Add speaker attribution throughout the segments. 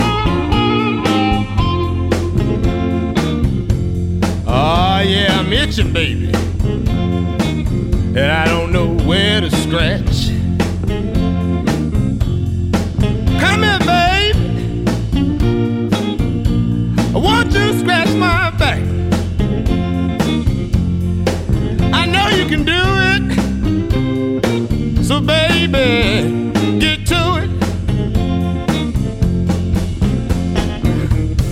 Speaker 1: Ah, regrets. Come here, babe. I want you to scratch my back. I know you can do it. So, baby, get to it.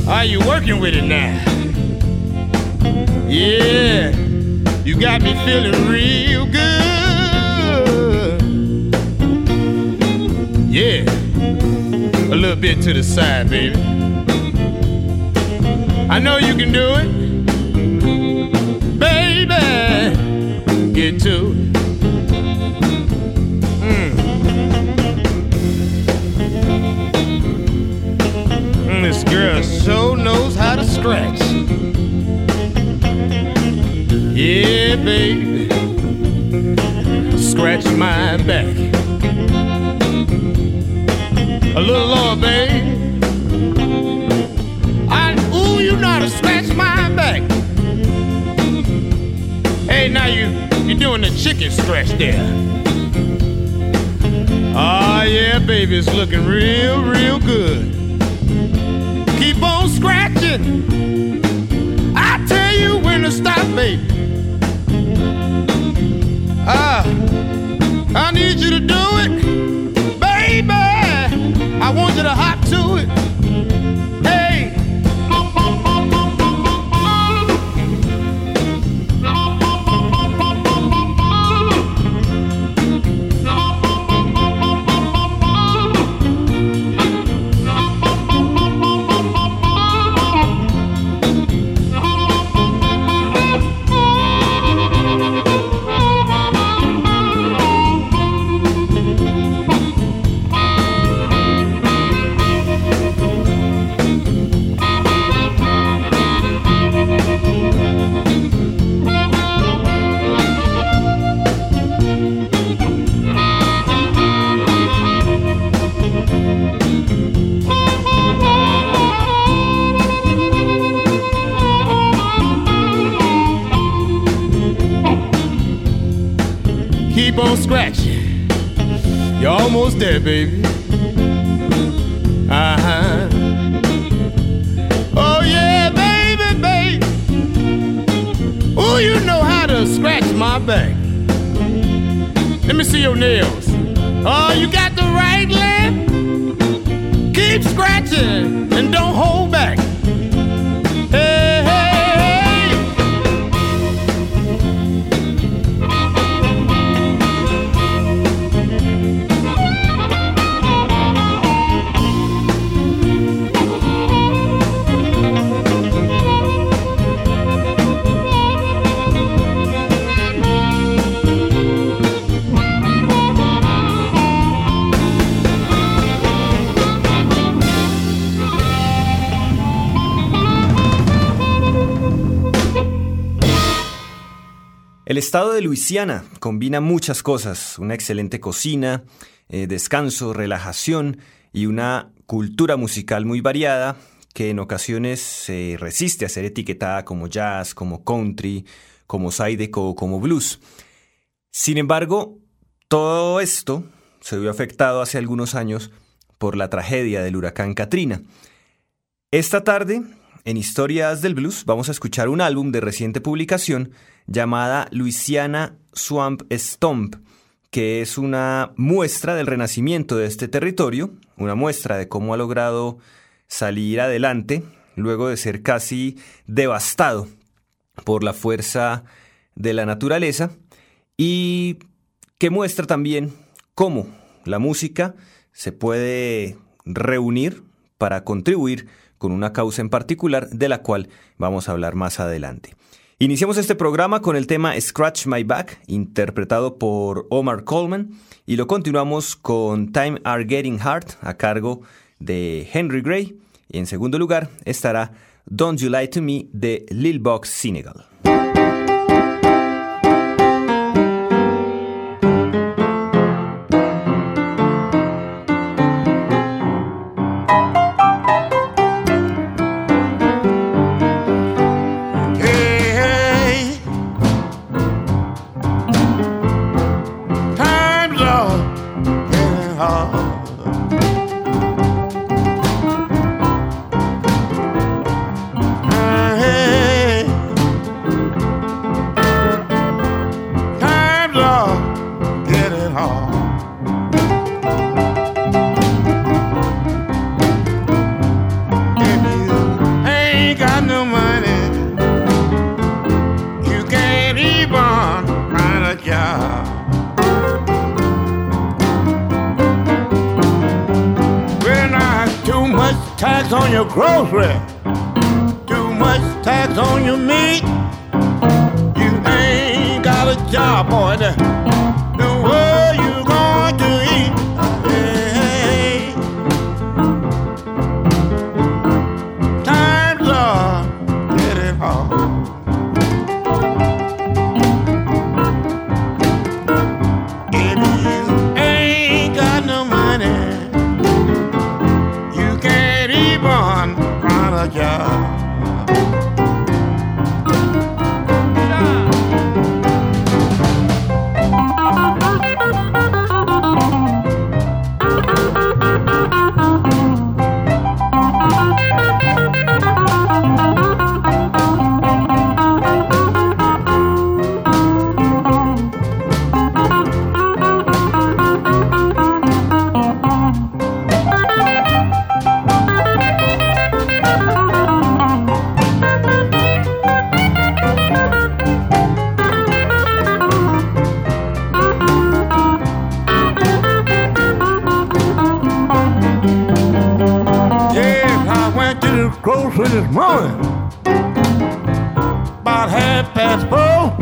Speaker 1: Are you working with it now? Yeah, you got me feeling real good. Yeah, a little bit to the side, baby. I know you can do it, baby. Get to it. Mm. Mm, this girl sure knows how to scratch. Yeah, baby, scratch my back. A little lower, baby. I, ooh, you know how to scratch my back. Hey, now you, you're doing the chicken scratch there. Ah, yeah, baby, it's looking real, real good. Keep on scratching. I tell you when to stop, baby. Ah, I need you to do it, baby. I want you to hop to it. Hey. Keep on scratching. You're almost there, baby. Uh huh. Oh yeah, baby, baby. Ooh, you know how to scratch my back. Let me see your nails. Oh, you got the right leg. Keep scratching and don't hold back. Hey, hey, hey.
Speaker 2: El estado de Luisiana combina muchas cosas, una excelente cocina, eh, descanso, relajación y una cultura musical muy variada que en ocasiones se resiste a ser etiquetada como jazz, como country, como saideco o como blues. Sin embargo, todo esto se vio afectado hace algunos años por la tragedia del huracán Katrina. Esta tarde, en Historias del Blues, vamos a escuchar un álbum de reciente publicación llamada Louisiana Swamp Stomp, que es una muestra del renacimiento de este territorio, una muestra de cómo ha logrado salir adelante luego de ser casi devastado por la fuerza de la naturaleza y que muestra también cómo la música se puede reunir para contribuir con una causa en particular de la cual vamos a hablar más adelante. Iniciamos este programa con el tema Scratch My Back, interpretado por Omar Coleman, y lo continuamos con Time Are Getting Hard, a cargo de Henry Gray, y en segundo lugar estará Don't You Lie to Me de Lil Box Senegal.
Speaker 3: Hey, hey, times
Speaker 1: hard, getting hard. Uh, hey. Times are getting hard. If you ain't got no money, you can't even find a job. We're not too much tax on your grocery, too much tax on your meat. You ain't got a job, boy. then Where you going to eat? Hey, times are getting hard. If you ain't got no money, you can't even find a job. Yes, I went to the grocery this morning. About half past four,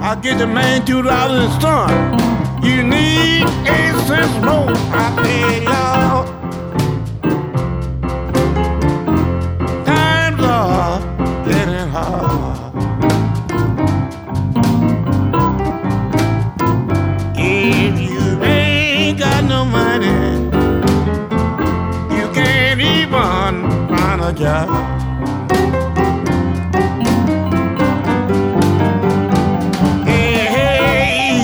Speaker 1: I get the man two dollars and some. You need eight cents more. I paid y'all. Times are getting hard. If you ain't got no money. You can't even find a job. Hey, hey.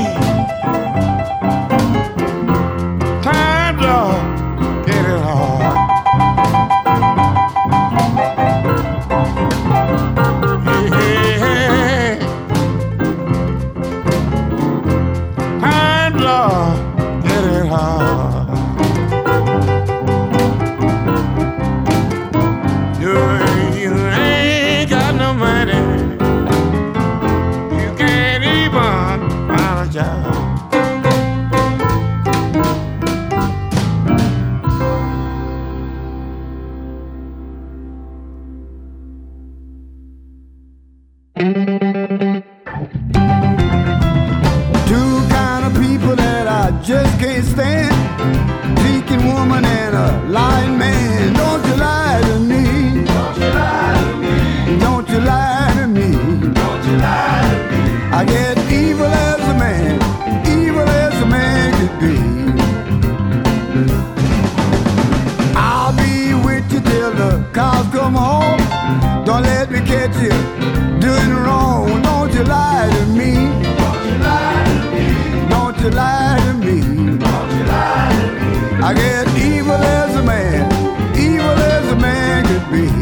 Speaker 1: Times are getting hard. Hey, hey, hey. Times are getting hard. You ain't got no money. You can't even find a job.
Speaker 3: Two kind of people that I just can't stand. Leaking woman and a lying man. Don't you lie to me. Don't you lie to me. Don't you lie to me. I get evil as a man, evil as a man could be. I'll be with you till the cows come home. Don't let me catch you doing wrong. Don't you lie to me. Don't you lie to me. Don't you lie to me. I get evil as a man, evil as a man could be.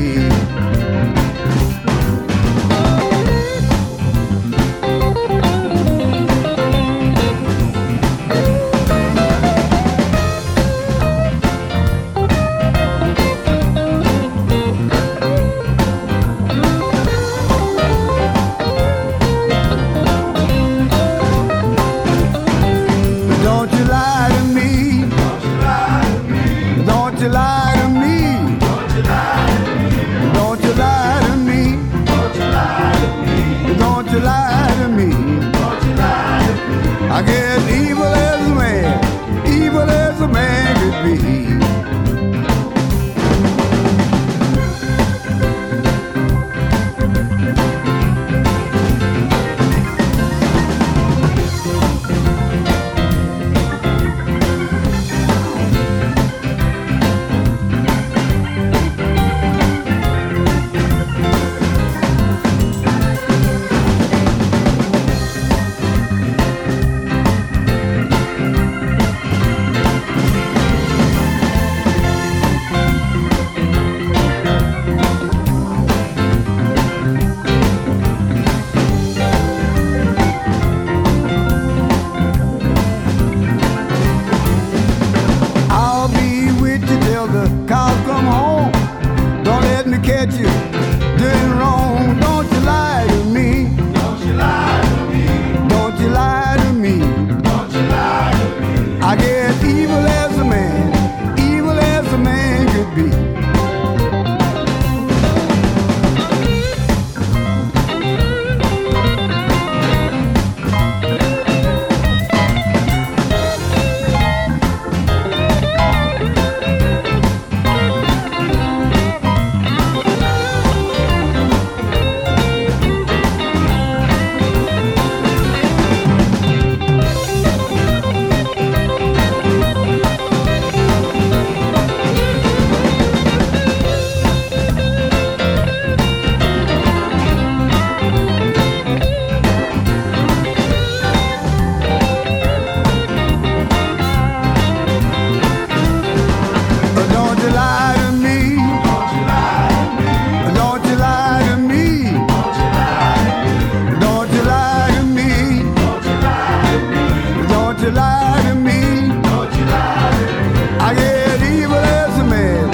Speaker 3: lie to me. Don't you lie to me. I get evil as a man,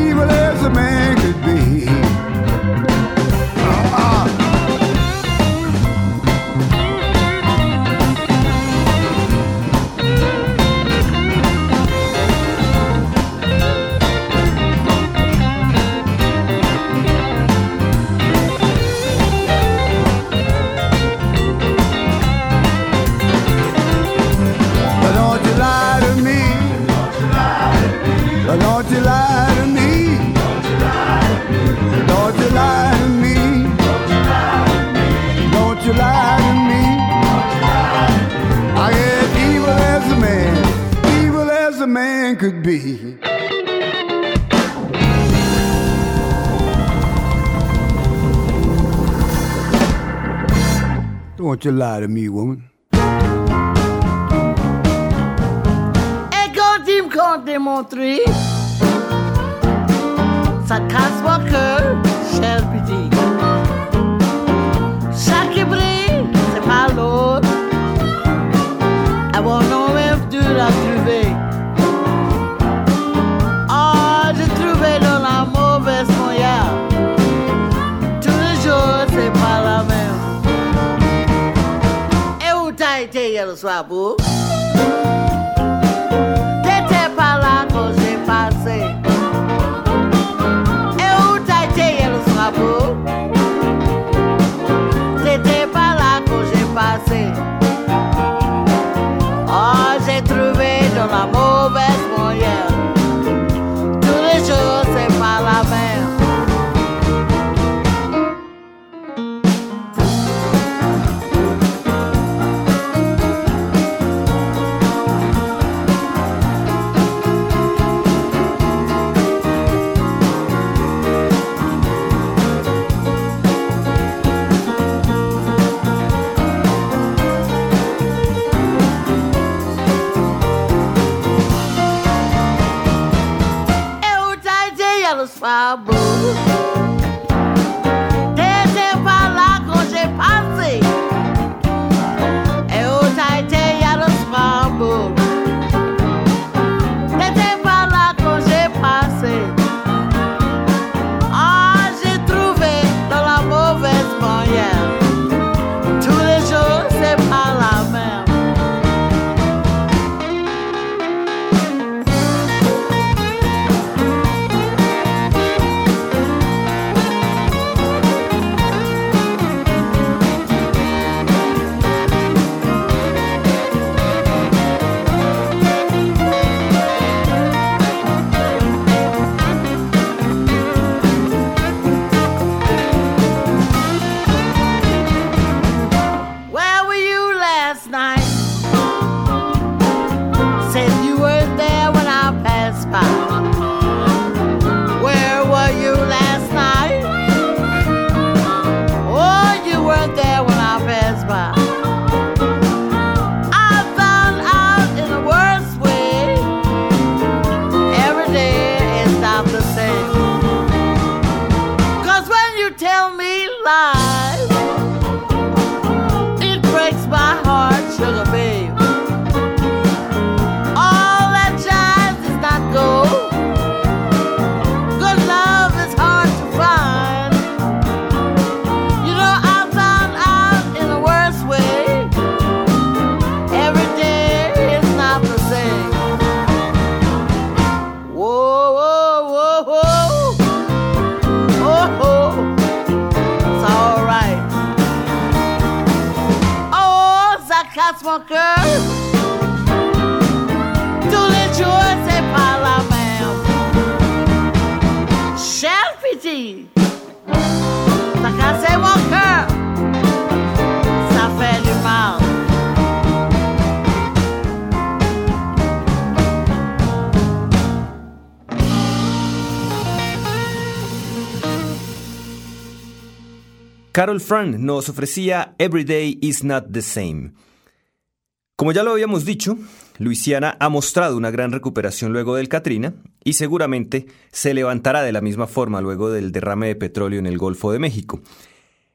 Speaker 3: evil as a man could be. Uh-uh. But don't you lie to me. But don't you lie to me. Don't you lie to me. Don't you lie to me. I get evil as a man, evil as a man could be. Don't you lie to me, woman.
Speaker 4: Et quand il me compte démontrer ça casse mon cœur, cher petit. Chaque brille, c'est pas l'autre. Avoir nos rêves dur à trouver. Ah, j'ai trouvé dans la mauvaise moyenne. Tous les jours, c'est pas la même. Et où t'as été hier soir, beau? T'étais pas là quand j'ai passé. Et où t'as été hier soir, beau? T'étais pas là quand j'ai passé. Oh, j'ai trouvé dans la mauvaise moyenne. Tous les jours, c'est pas la même. Eu já dei aos favos. Desde falar com je passe. Eu já dei aos favos. Desde falar com je passe. Ah, je trouvé dans la mauvaise manière. Tous les jours, c'est pas la même. Where were you last night? Said you were there when I passed by. Where were you last night? Oh, you weren't there when I passed by. I found out in the worst way. Every day is not the same. Cause when you tell me lies. It breaks my heart, sugar babe. All that jive does not go. Good love is hard to find. You know I found out in the worst way. Every day is not the same. Whoa, whoa, whoa, whoa. Oh, oh. It's alright. Oh, ça casse mon cœur. Tous les jours, c'est pas la même. Cher petit, ça casse mon cœur. Ça fait du mal.
Speaker 2: Carol Fran nos ofrecía Every Day is Not the Same. Como ya lo habíamos dicho, Luisiana ha mostrado una gran recuperación luego del Katrina y seguramente se levantará de la misma forma luego del derrame de petróleo en el Golfo de México.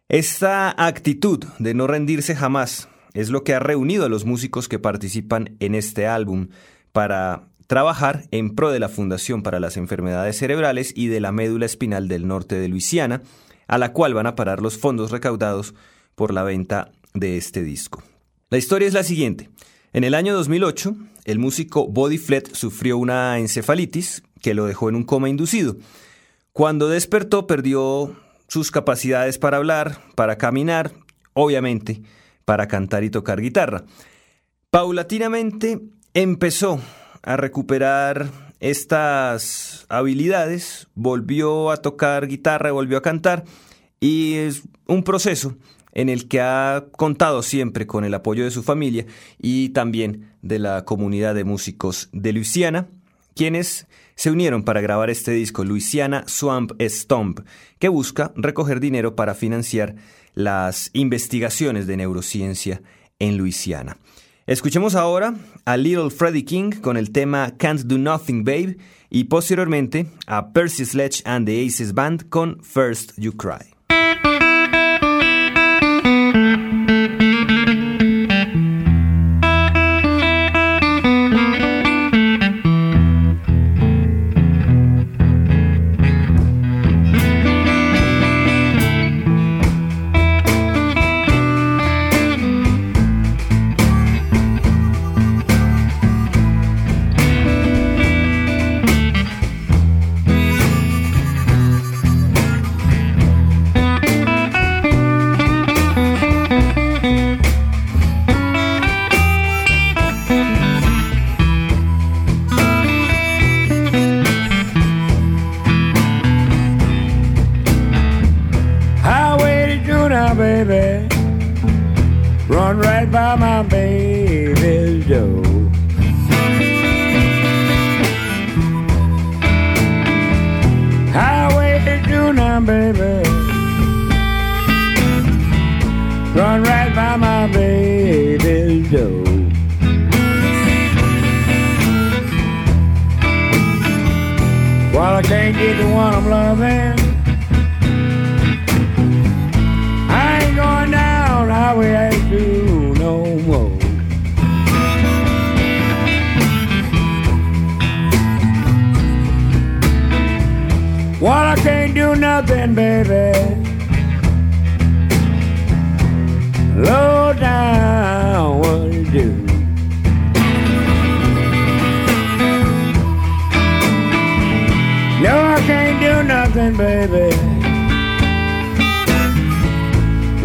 Speaker 2: Esta actitud de no rendirse jamás es lo que ha reunido a los músicos que participan en este álbum para trabajar en pro de la Fundación para las Enfermedades Cerebrales y de la Médula Espinal del Norte de Luisiana, a la cual van a parar los fondos recaudados por la venta de este disco. La historia es la siguiente. En el año 2008, el músico Body Flett sufrió una encefalitis que lo dejó en un coma inducido. Cuando despertó perdió sus capacidades para hablar, para caminar, obviamente, para cantar y tocar guitarra. Paulatinamente empezó a recuperar estas habilidades, volvió a tocar guitarra, volvió a cantar y es un proceso en el que ha contado siempre con el apoyo de su familia y también de la comunidad de músicos de Luisiana, quienes se unieron para grabar este disco Luisiana Swamp Stomp, que busca recoger dinero para financiar las investigaciones de neurociencia en Luisiana. Escuchemos ahora a Little Freddie King con el tema Can't Do Nothing Babe y posteriormente a Percy Sledge and the Aces Band con First You Cry.
Speaker 5: baby. Run right by my baby's door. Highway to Juna, baby. Run right by my baby's door. While I can't get the one I'm loving. highway I do no more. Well, I can't do nothing, baby. Low down, what to do? No, I can't do nothing, baby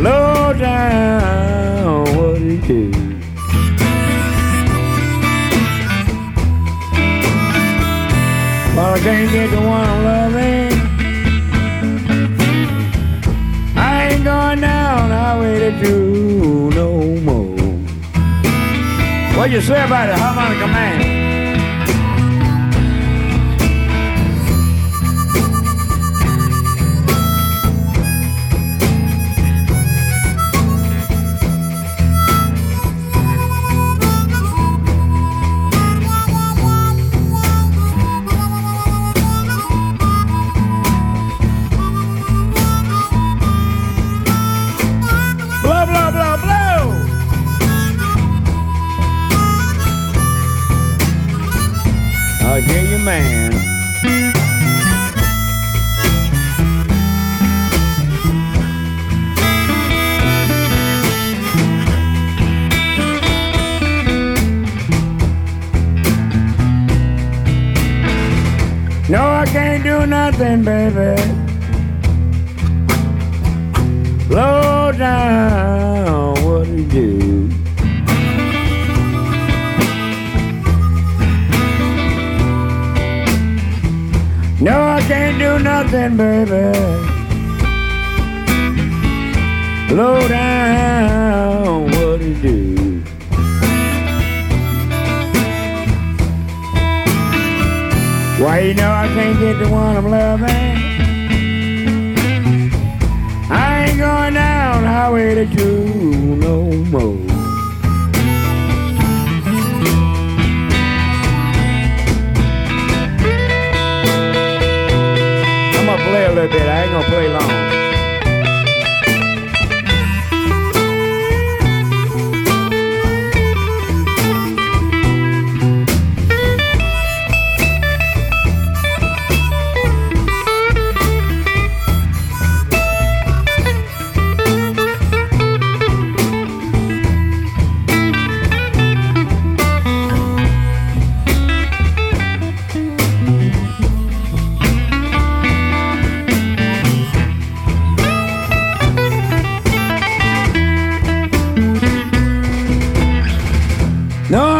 Speaker 5: low down what it do. Well, I can't get the one I'm loving. I ain't going down highway to do no more. What you say about the harmonica man? man. No, I can't do nothing, baby. Low down, what do you do? No, I can't do nothing, baby. Low down, what do you do? Why, you know I can't get the one I'm loving. I ain't going down highway to two no more. play a little bit. I ain't gonna play long.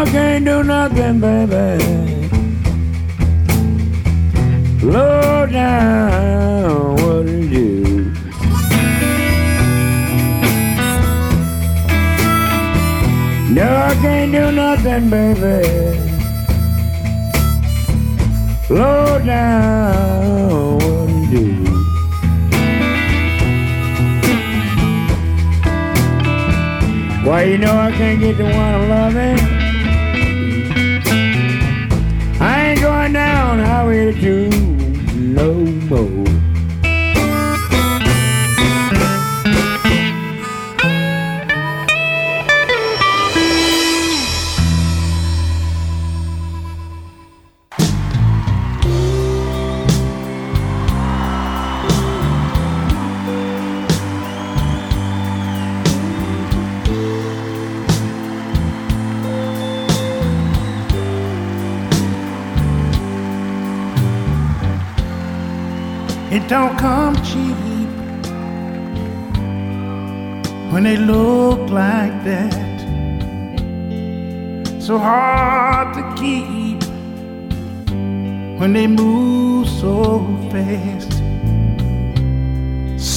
Speaker 6: can't do nothing, baby. Low down, what do you do? No, I can't do nothing, baby. Low down, what do you do? Why you know I can't get the one I'm loving? I ain't going down highway to you no more. It don't come cheap when they look like that. So hard to keep when they move so fast.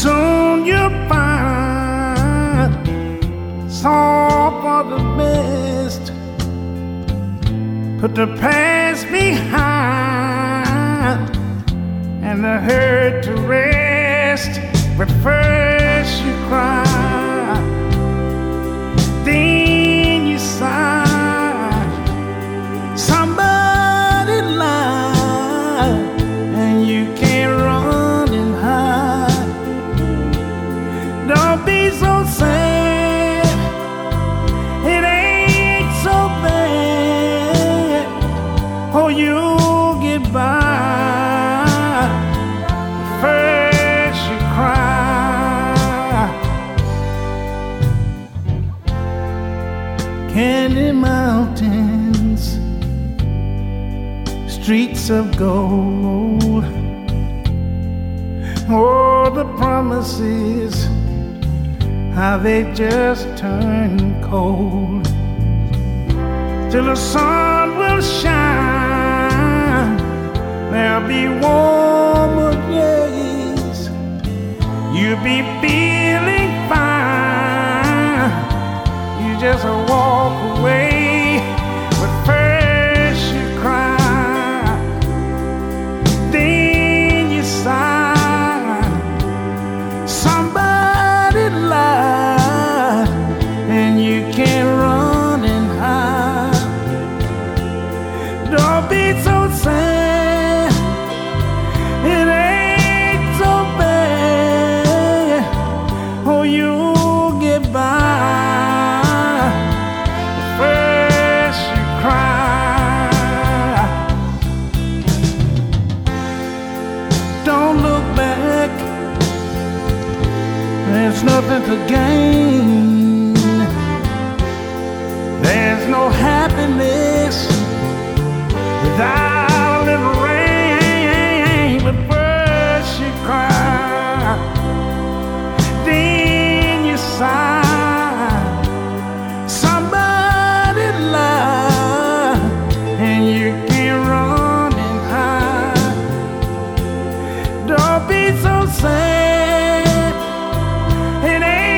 Speaker 6: Soon you'll find it's all for the best. Put the past behind and the hurt to rest. But first you cry, then you sigh. Somebody lied, and you can't run and hide. Don't be so sad. It ain't so bad. Oh, you'll get by. First you cry. Candy mountains, streets of gold. Oh, the promises, how they just turn cold till the sun will shine. There'll be warmer days. You'll be feeling fine. You just walk away, but first you cry, then you sigh. Somebody lied, and you can't run and hide. Don't be so sad. It ain't so bad. Oh, you'll get by. First you cry. Don't look back. There's nothing to gain. There's no happiness without a little rain. But first you cry, then you sigh. Somebody lied, and you can run and hide. Don't be so Oh, sad. It ain't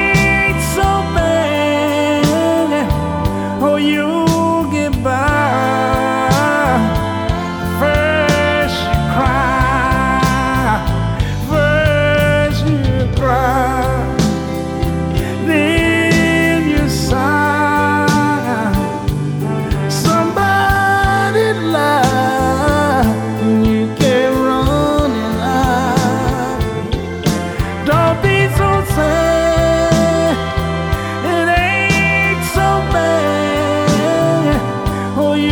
Speaker 6: Oh,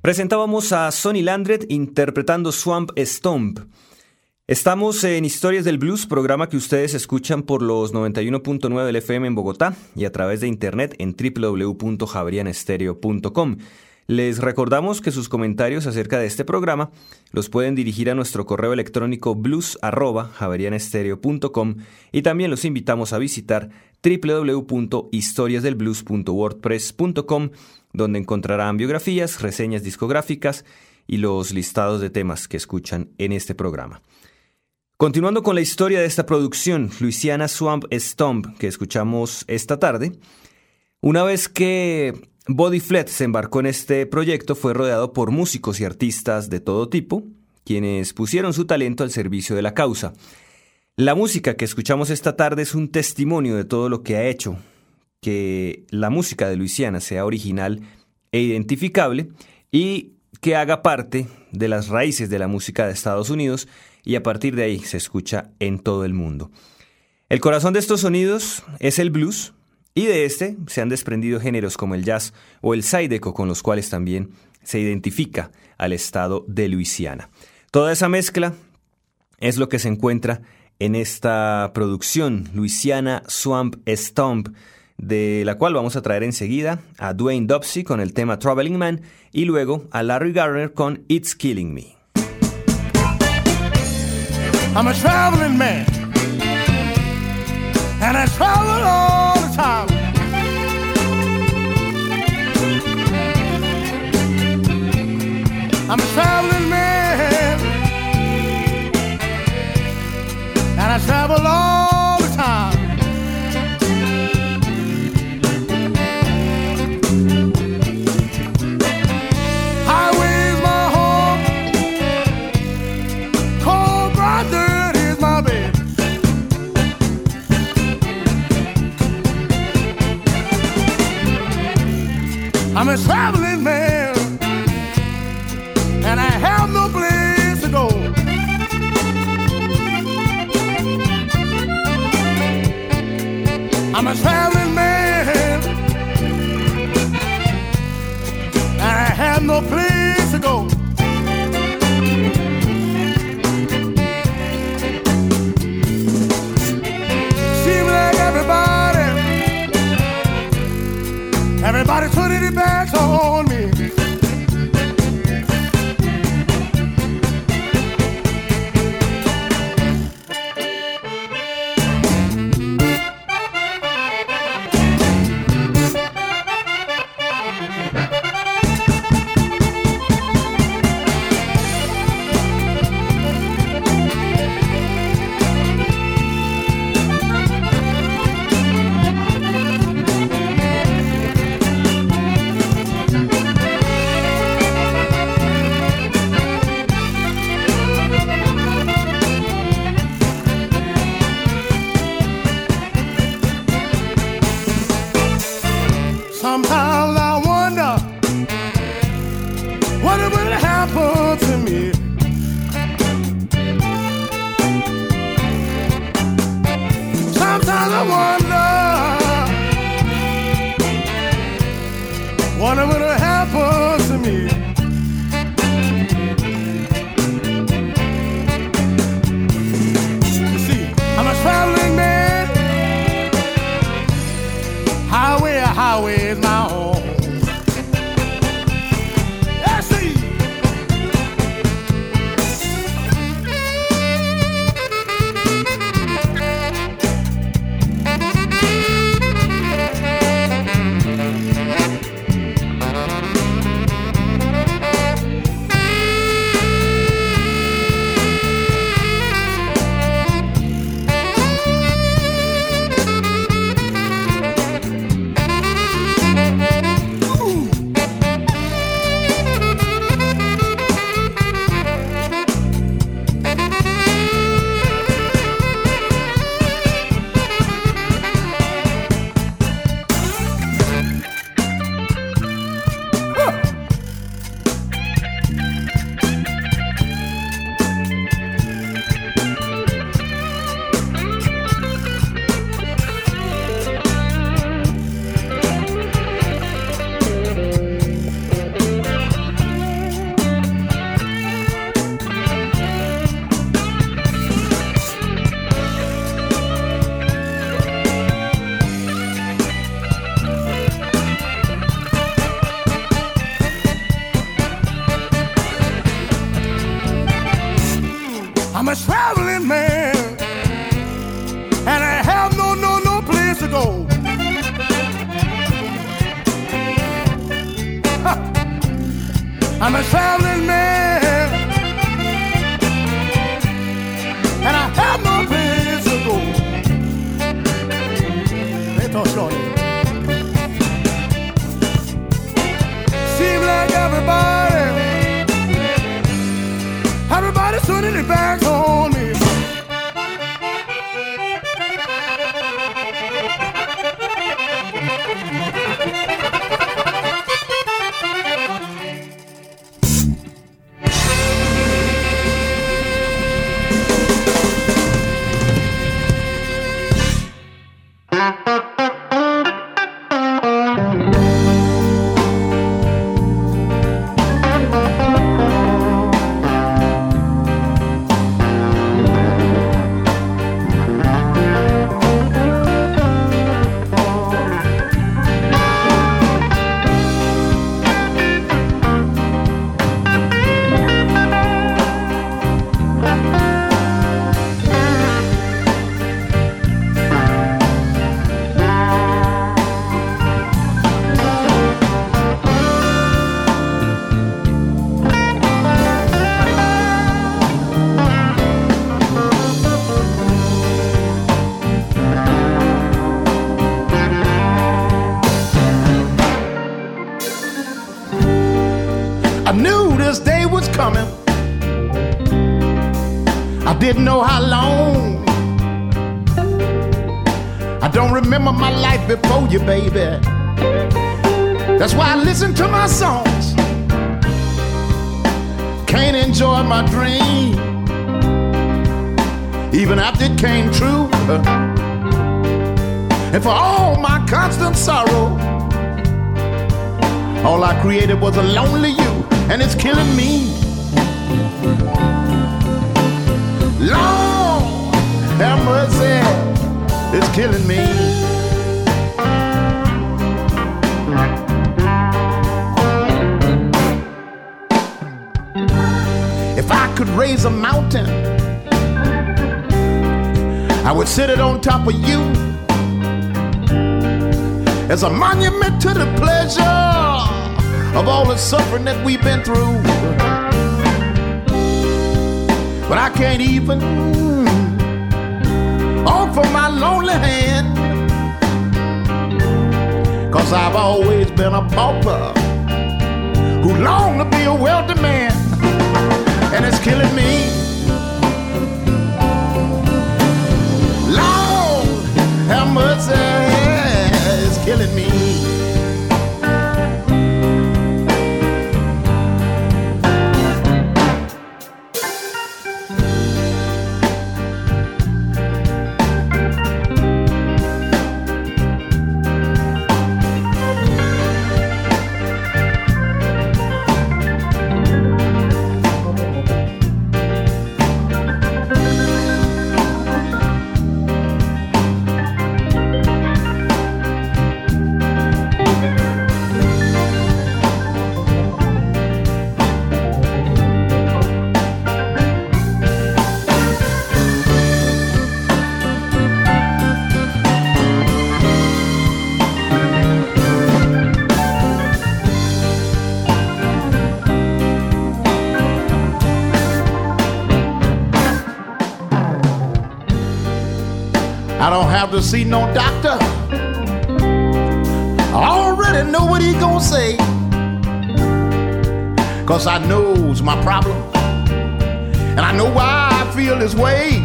Speaker 2: Presentábamos a Sonny Landret interpretando Swamp Stomp. Estamos en Historias del Blues, programa que ustedes escuchan por los 91.9 del FM en Bogotá y a través de internet en www.javerianestereo.com. Les recordamos que sus comentarios acerca de este programa los pueden dirigir a nuestro correo electrónico blues@javerianestereo.com y también los invitamos a visitar www.historiasdelblues.wordpress.com donde encontrarán biografías, reseñas discográficas y los listados de temas que escuchan en este programa. Continuando con la historia de esta producción, Luisiana Swamp Stomp, que escuchamos esta tarde, una vez que Body Flett se embarcó en este proyecto, fue rodeado por músicos y artistas de todo tipo, quienes pusieron su talento al servicio de la causa. La música que escuchamos esta tarde es un testimonio de todo lo que ha hecho, que la música de Luisiana sea original e identificable y que haga parte de las raíces de la música de Estados Unidos y a partir de ahí se escucha en todo el mundo. El corazón de estos sonidos es el blues y de este se han desprendido géneros como el jazz o el saideco con los cuales también se identifica al estado de Luisiana. Toda esa mezcla es lo que se encuentra en esta producción Luisiana Swamp Stomp de la cual vamos a traer enseguida a Dwayne Dobsey con el tema Traveling Man y luego a Larry Garner con It's Killing Me.
Speaker 6: I'm a traveling man, and I travel all the time. I'm a traveling man, and I travel all the time. Highway's my home. Cold bright dirt is my bed. I'm a traveling man, and I have no place to go. I'm a traveling man, and I have no place to go. Seems like everybody, everybody putting it back on me. Sometimes I wonder what would happen to me. Sometimes I wonder what would happen to me. You see, I'm a traveling man. Highway, a highway is my home. Let's see.
Speaker 7: guitar slide. Seems like everybody, everybody's turning their backs on me. I knew this day was coming. I didn't know how long. I don't remember my life before you, baby. That's why I listen to my songs. Can't enjoy my dream. Even after it came true. And for all my constant sorrow, all I created was a lonely you, and it's killing me. Long have mercy, it's killing me. If I could raise a mountain, I would sit it on top of you as a monument to the pleasure of all the suffering that we've been through. But I can't even offer my lonely hand, cause I've always been a pauper who longed to be a wealthy man, and it's killing me. Lord, have mercy, it's killing me. I don't have to see no doctor. I already know what he gonna say. Cause I knows my problem. And I know why I feel this way.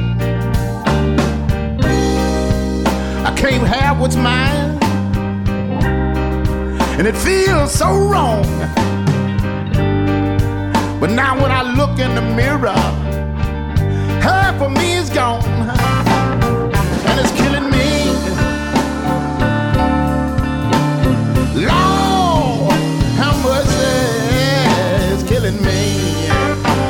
Speaker 7: I can't have what's mine. And it feels so wrong. But now when I look in the mirror, half of me is gone and it's killing me. Lord, have mercy, it's killing me.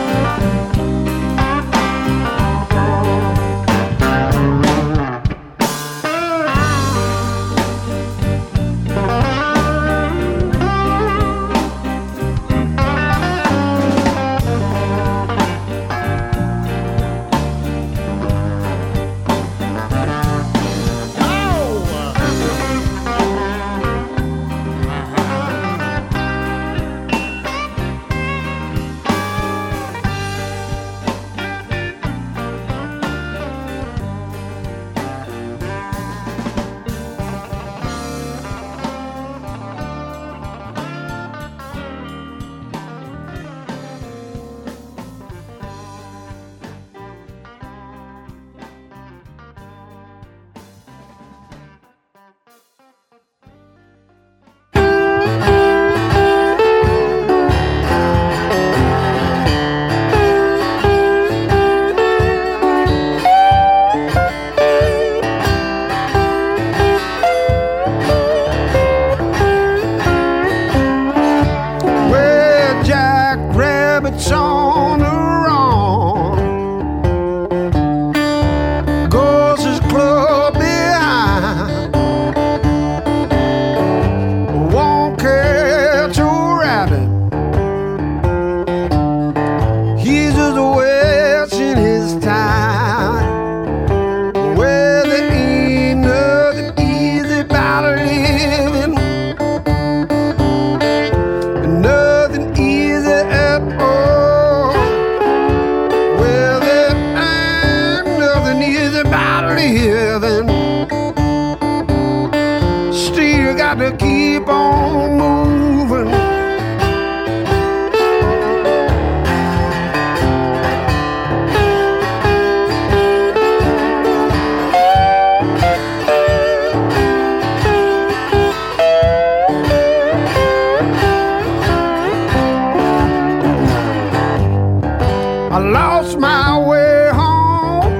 Speaker 8: we got to keep on moving. I lost my way home.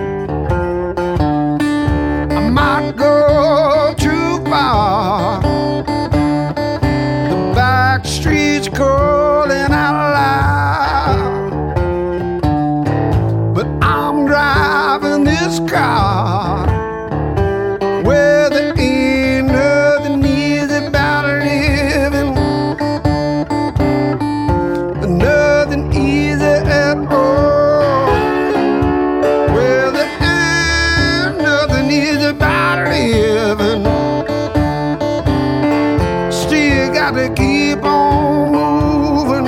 Speaker 8: I might go too far. The back streets calling out loud. But I'm driving this car. Where there ain't nothing easy about living. Nothing easy at all. Well, there ain't nothing easy about living. Still got to keep on moving.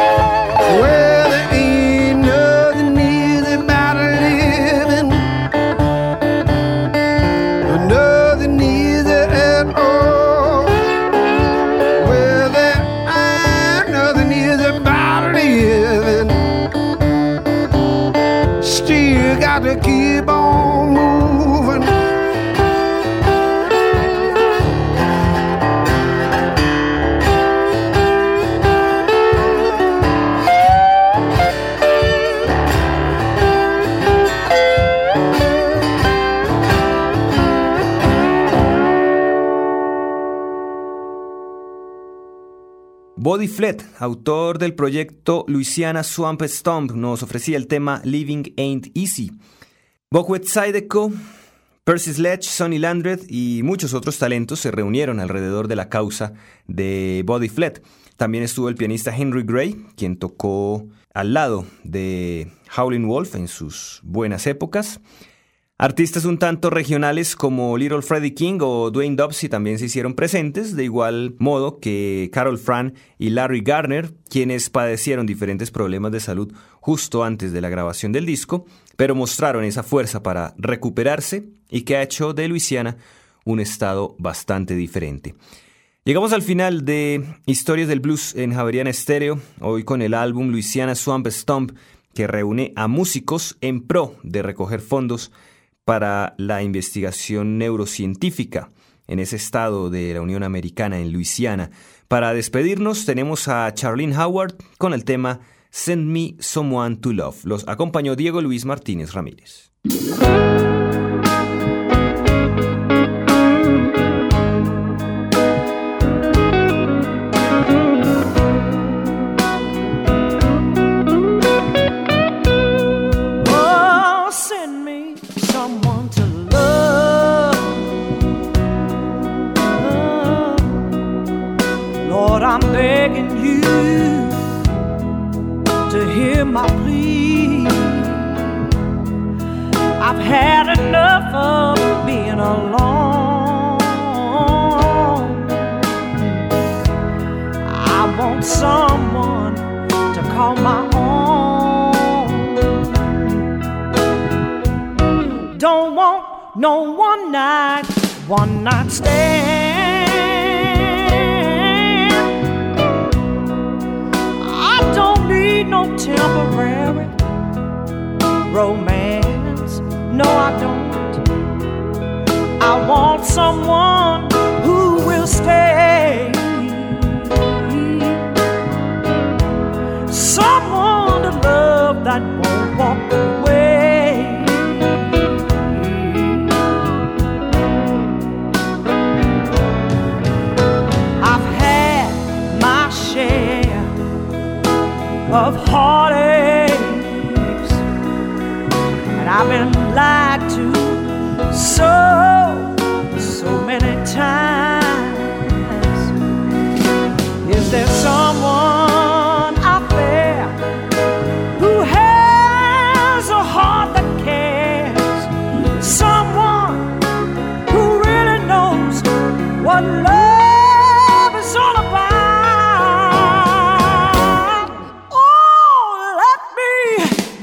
Speaker 8: Well, there ain't nothing easy about living. Nothing easy at all. Well, there ain't nothing easy about living. Still got to keep on moving.
Speaker 2: Body Flett, autor del proyecto Louisiana Swamp Stomp, nos ofrecía el tema Living Ain't Easy. Bokwet Sideco, Percy Sledge, Sonny Landred y muchos otros talentos se reunieron alrededor de la causa de Body Flett. También estuvo el pianista Henry Gray, quien tocó al lado de Howlin' Wolf en sus buenas épocas. Artistas un tanto regionales como Little Freddie King o Dwayne Dobbsy también se hicieron presentes, de igual modo que Carol Fran y Larry Garner, quienes padecieron diferentes problemas de salud justo antes de la grabación del disco, pero mostraron esa fuerza para recuperarse y que ha hecho de Luisiana un estado bastante diferente. Llegamos al final de Historias del Blues en Javeriana Estéreo, hoy con el álbum Luisiana Swamp Stomp, que reúne a músicos en pro de recoger fondos para la investigación neurocientífica en ese estado de la Unión Americana, en Luisiana. Para despedirnos tenemos a Charlene Howard con el tema Send Me Someone to Love. Los acompañó Diego Luis Martínez Ramírez.
Speaker 9: Oh, send me someone to love. Oh, Lord, I'm begging you to hear my plea. I've had enough of being alone. I want someone to call my own don't want no one night, one night stand. I don't need no temporary romance. No, I don't. I want someone who will stay. Someone to love that won't walk away. I've had my share of heartaches. I've been lied to so, so many times. Is there someone out there who has a heart that cares? Someone who really knows what love is all about. Oh, let me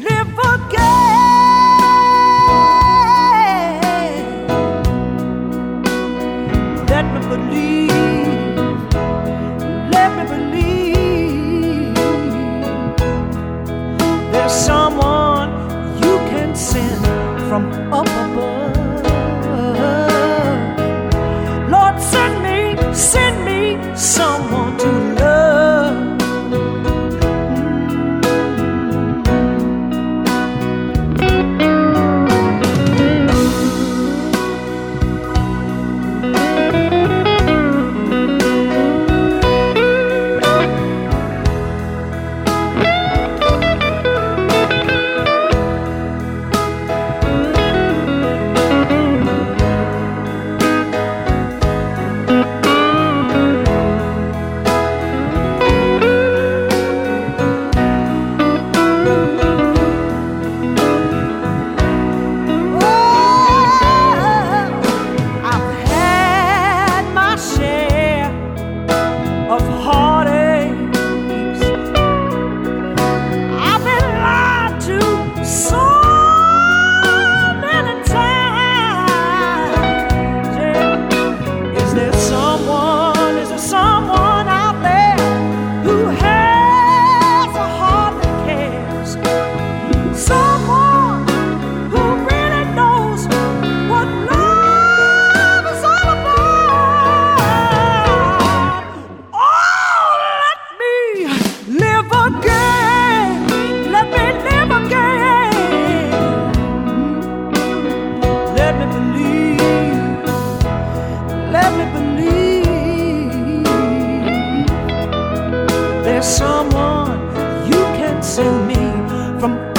Speaker 9: live again. Let me believe. Let me believe. There's someone you can send from up above. Lord, send me, send me someone to love. Mm. Oh, I've had my share of heartaches. I've been lied to so many times. Yeah. Is there someone? Is there someone out there who has a heart that cares? Someone who really knows what love is all about. Oh, let me live again. Let me live again. Let me
Speaker 6: Oh!
Speaker 9: believe. Let me believe. There's someone you can send me from Oh,